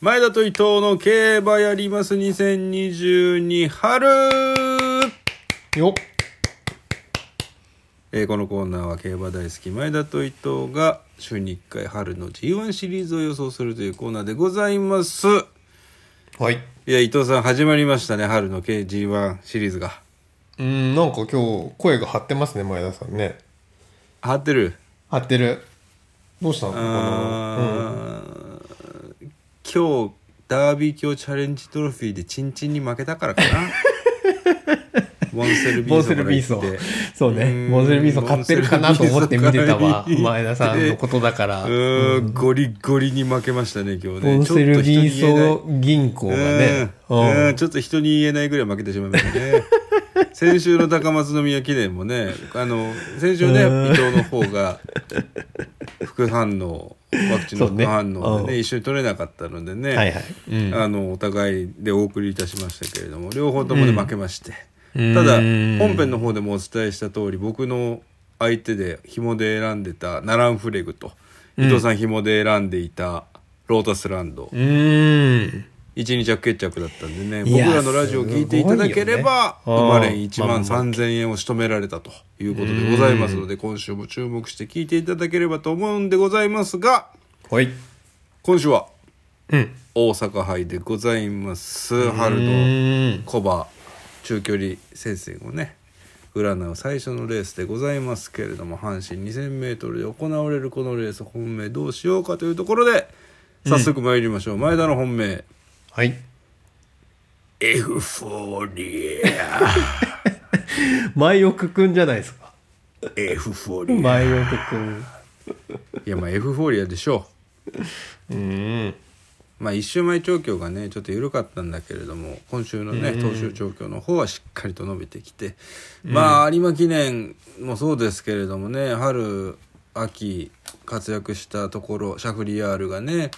前田と伊藤の競馬やります2022春よっえーこのコーナーは競馬大好き前田と伊藤が週に1回春の G1 シリーズを予想するというコーナーでございますはいいや伊藤さん始まりましたね春の G1 シリーズがうんなんか今日声が張ってますね前田さんね張ってる張ってるどうしたのこのあー今日ダービー卿チャレンジトロフィーでチンチンに負けたからかな ボンセルビーボンソセかルらビ言ーってソそうねんボンセルビーソ買ってるかなと思って見てたわボンセルビーソ前田さんのことだから うーんゴリゴリに負けましたね今日ボねンセルビーソソ銀行がねうんううんんちょっと人に言えないぐらい負けてしまいました ね先週の高松宮記念もねあの先週ねうん伊藤の方が副反応ワクチンのそ副うね反応でねうん一緒に取れなかったのでね、はいはいうんあのお互いでお送りいたしましたけれども両方ともで負けまして、うんただうん本編の方でもお伝えした通り僕の相手で紐で選んでたナランフレグと、伊藤さん紐で選んでいたロータスランドうーん一日着決着だったんでねい僕やらのラジオを聞いていただければすごい生まよねれん1まあ万まあ3000円を仕留められたということでございますので今週も注目して聞いていただければと思うんでございますがはい今週はうん大阪杯でございますう春のーんコバ中距離戦線をね占う最初のレースでございますけれども阪神 2000m で行われるこのレース本命どうしようかというところで早速参りましょう、前田の本命はいエフフォーリア前奥くんじゃないですかエフフォーリア前奥くんいやまあエフフォーリアでしょうーんうまあ一周前調教がねちょっと緩かったんだけれども今週のね東州調教の方はしっかりと伸びてきて、まあ有馬記念もそうですけれどもね春秋活躍したところシャフリヤールがね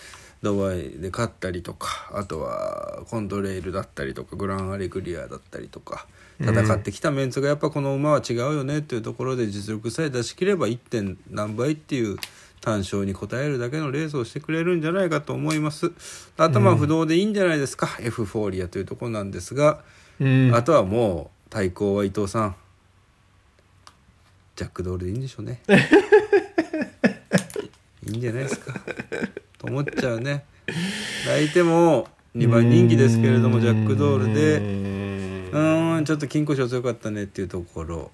ドバイで勝ったりとかあとはコントレイルだったりとかグランアレグリアだったりとか戦ってきたメンツがやっぱこの馬は違うよねっていうところで実力さえ出し切れば 1. 点何倍っていう単勝に応えるだけのレースをしてくれるんじゃないかと思います頭は不動でいいんじゃないですか、F フォーリアというところなんですが、うんあとはもう対抗は伊藤さんジャックドールでいいんでしょうね いいんじゃないですかと思っちゃうね泣いても2番人気ですけれどもジャックドールでうーんうーんちょっと金庫賞強かったねっていうところ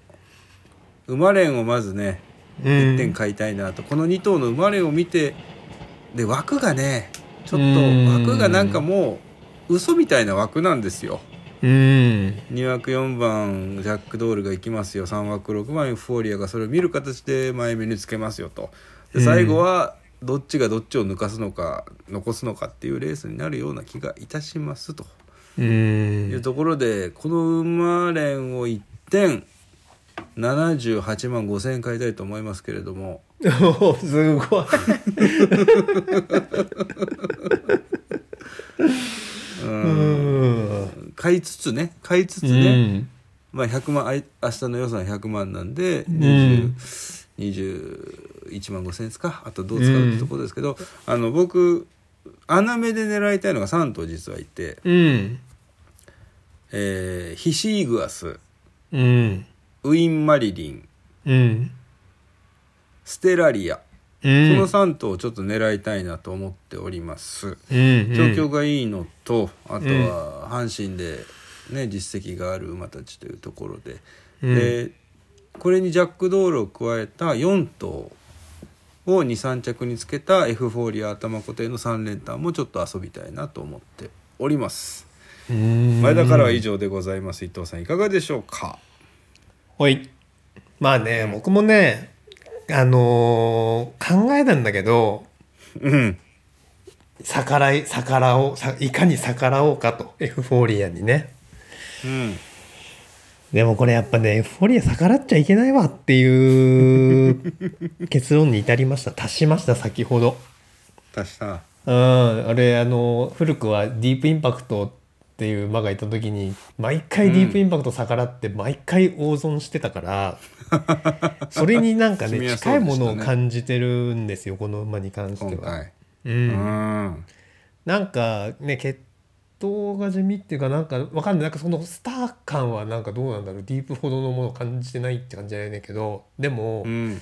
馬連をまずねうん1点買いたいなとこの2頭の馬連を見てで枠がねちょっとうん枠がなんかもう嘘みたいな枠なんですよ。うん2枠4番ジャックドールが行きますよ3枠6番エフフォーリアがそれを見る形で前目につけますよとでうん最後はどっちがどっちを抜かすのか残すのかっていうレースになるような気がいたしますとういうーんところでこの馬連を1点78万5,000円買いたいと思いますけれどもおーすごいうん買いつつね買いつつうね、んまあ、100万あい明日の予算100万なんで、ん20 21万5,000円ですかあとどう使うってところですけど、あの僕穴目で狙いたいのが3頭実はいて、うんえーヒシイグアスうんウィン・マリリンうんステラリア、うんこの3頭をちょっと狙いたいなと思っております。うん状況がいいのと、あとは阪神で、ね、実績がある馬たちというところで、うんでこれにジャックドールを加えた4頭を23着につけたエフフォーリア頭固定の3連単もちょっと遊びたいなと思っておりますうん前田からは以上でございます伊藤さんいかがでしょうかはい。まあね、僕もね、あのー考えたんだけど、うん逆らい、逆らおう、さいかに逆らおうかと、エフフォーリアにね。うんでもこれやっぱね、エフフォーリア逆らっちゃいけないわっていう結論に至りました。 達しました、先ほど。足したうん、あれ、あの、古くはディープインパクトっていう馬がいた時に、毎回ディープインパクト逆らって、毎回大損してたから、 それになんか君ね、はそう近でしたねいものを感じてるんですよ、この馬に関して今は。回う。うんんなんかね血統が地味っていうかなんかわかんないなんかそのスター感はなんかどうなんだろうディープほどのものを感じてないって感じじゃないんだけどでも、うん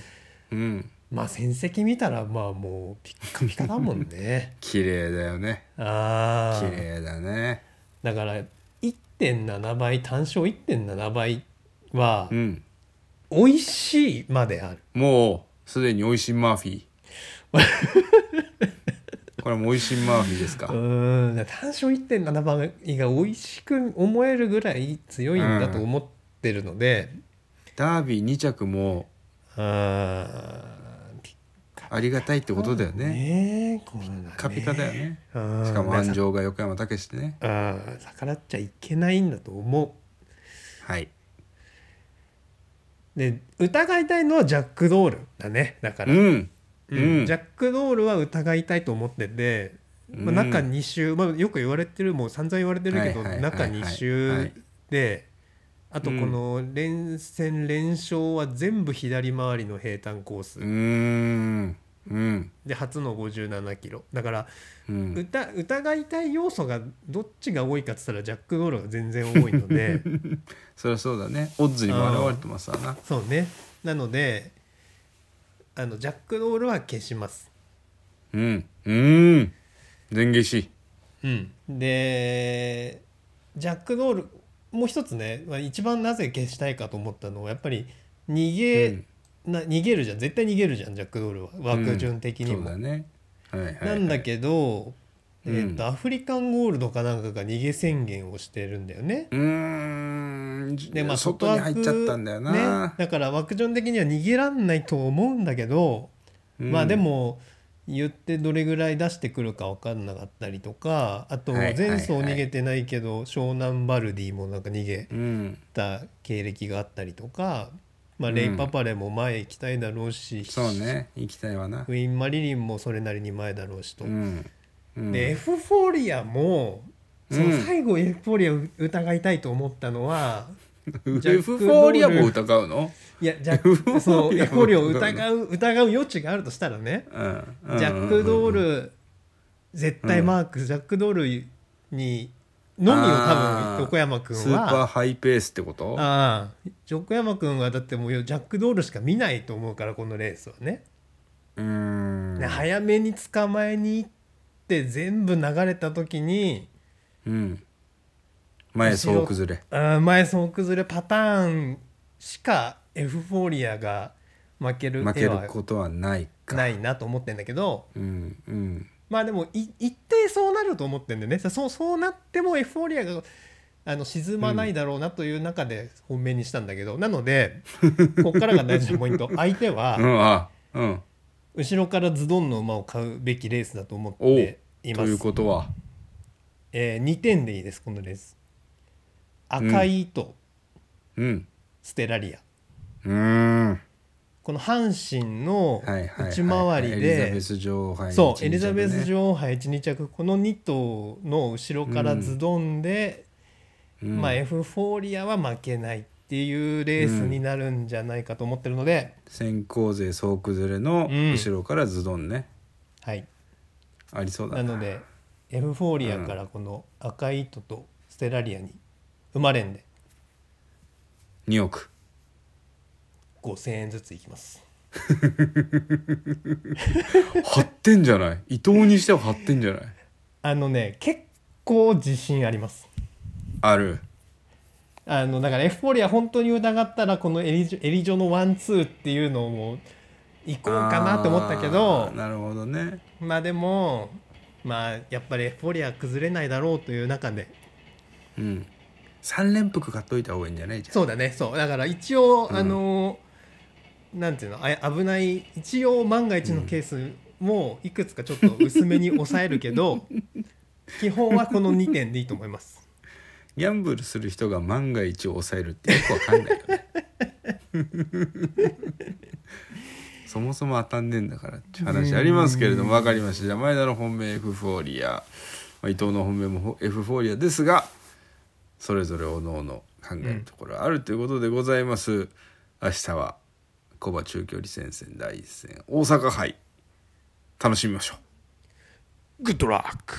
うんまあ戦績見たらまあもうピッカピカだもん ね綺麗だよねあ綺あ麗だねだから1.7倍単勝1.7倍はうん美味しいまであるもうすでに美味しいマーフ ィーこれも美味しいマーフィーですかうーん単勝1.7倍が美味しく思えるぐらい強いんだと思ってるので、ダービー2着もあーピッカありがたいってことだよねねこれがねカピカだよねうんしかも安だら城が横山武史でねうん逆らっちゃいけないんだと思はい、うで疑いたいのはジャック・ドールだねだから、うんうんうんジャック・ドールは疑いたいと思ってて、まあ、うん中2週、まあ、よく言われてるもう散々言われてるけど、はいはいはい中はい2週で、あとうんこの連戦連勝は全部左回りの平坦コース、うーんうんで初の57キロだからうん疑疑いたい要素がどっちが多いかっつったらジャック・ドールが全然多い のでそりゃそうだねオッズにも表れてますわなそうねなのであのジャック・ドールは消しますうんうん前下しうん、でジャック・ドールもう一つねまあ一番なぜ消したいかと思ったのはやっぱり逃げ,、な逃げるじゃん絶対逃げるじゃんジャック・ドールは枠順的にそうも。だねはいはい、はい、なんだけど、うんえーとアフリカンゴールドかなんかが逃げ宣言をしてるんだよね。うーんでまあ、外に入っちゃったんだよな、ね、だから枠順的には逃げらんないと思うんだけど、うんまあでも言ってどれぐらい出してくるか分かんなかったりとかあとはいはいはい前走逃げてないけど湘南バルディもなんか逃げうんた経歴があったりとか、まあ、レイ・パパレも前行きたいだろうし、そうね行きたいわなウィン・マリリンもそれなりに前だろうしと。うん、うん、でエフフォーリアもそのうん最後エフフォーリアを疑いたいと思ったのは、ジャックエフフォーリアも疑 うのいやジャエフフォーリアックそのもエフフォーリアを疑う疑う余地があるとしたらね、うんジャック・ドールル絶対マーク、ジャック・ドールにのみを多あー分横山君スーパーはハイペースってことああ横山君はだってもうジャック・ドールしか見ないと思うからこのレースはね、うーんで早めに捕まえに行って全部流れた時にうん前総崩れあー前その崩れパターンしかエフフォーリアが負ける負け絵るはことはないかないなと思ってんだけどうんうんまあでもい一定そうなると思ってんでねさそうそうなってもエフフォーリアがあの沈まないだろうなという中で本命にしたんだけど、なのでここからが大事なポ イント相手うはんあうん後ろからズドンの馬を買うべきレースだと思っおうていまというす、ことはえー、2点でいいですこのレース赤い糸、うんステラリアうーんこの阪神のはいはいはい内回りエリザでベス女王杯そうエリザベス王女王杯12着この2頭の後ろからズドンで、まあ、エフフォーリアは負けないっていうレースになるんじゃないかと思ってるので、先行勢総崩れのうん後ろからズドンねはい、ありそうだなのでエフフォーリアからこの赤い糸とステラリアに生まれんで2億5,000円ずついきます張ってんじゃない伊藤にしては張ってんじゃないあのね結構自信ありますあるあのだからエフフォーリア本当に疑ったらこのエリジョエリジョのワンツーっていうのも行こうかなと思ったけあどーなるほどねまあでもまあやっぱりエフフォーリアは崩れないだろうという中でうん3連服買っといた方がいいんじゃないじゃそうだねそうだから一応、あのなんていうのあ危ない一応万が一のケースもいくつかちょっと薄めに抑える けど基本はこの2点でいいと思いますんギャンブルする人が万が一を抑えるってよくわかんないよね そもそも当たんねえんだからっていう話ありますけれどもわかりましたじゃあ前田の本命エフフォーリア、まあ、伊藤の本命もエフフォーリアですがそれぞれおのおの考えるところがあるということでございます、明日は小馬中距離戦線第一戦大阪杯楽しみましょうグッドラック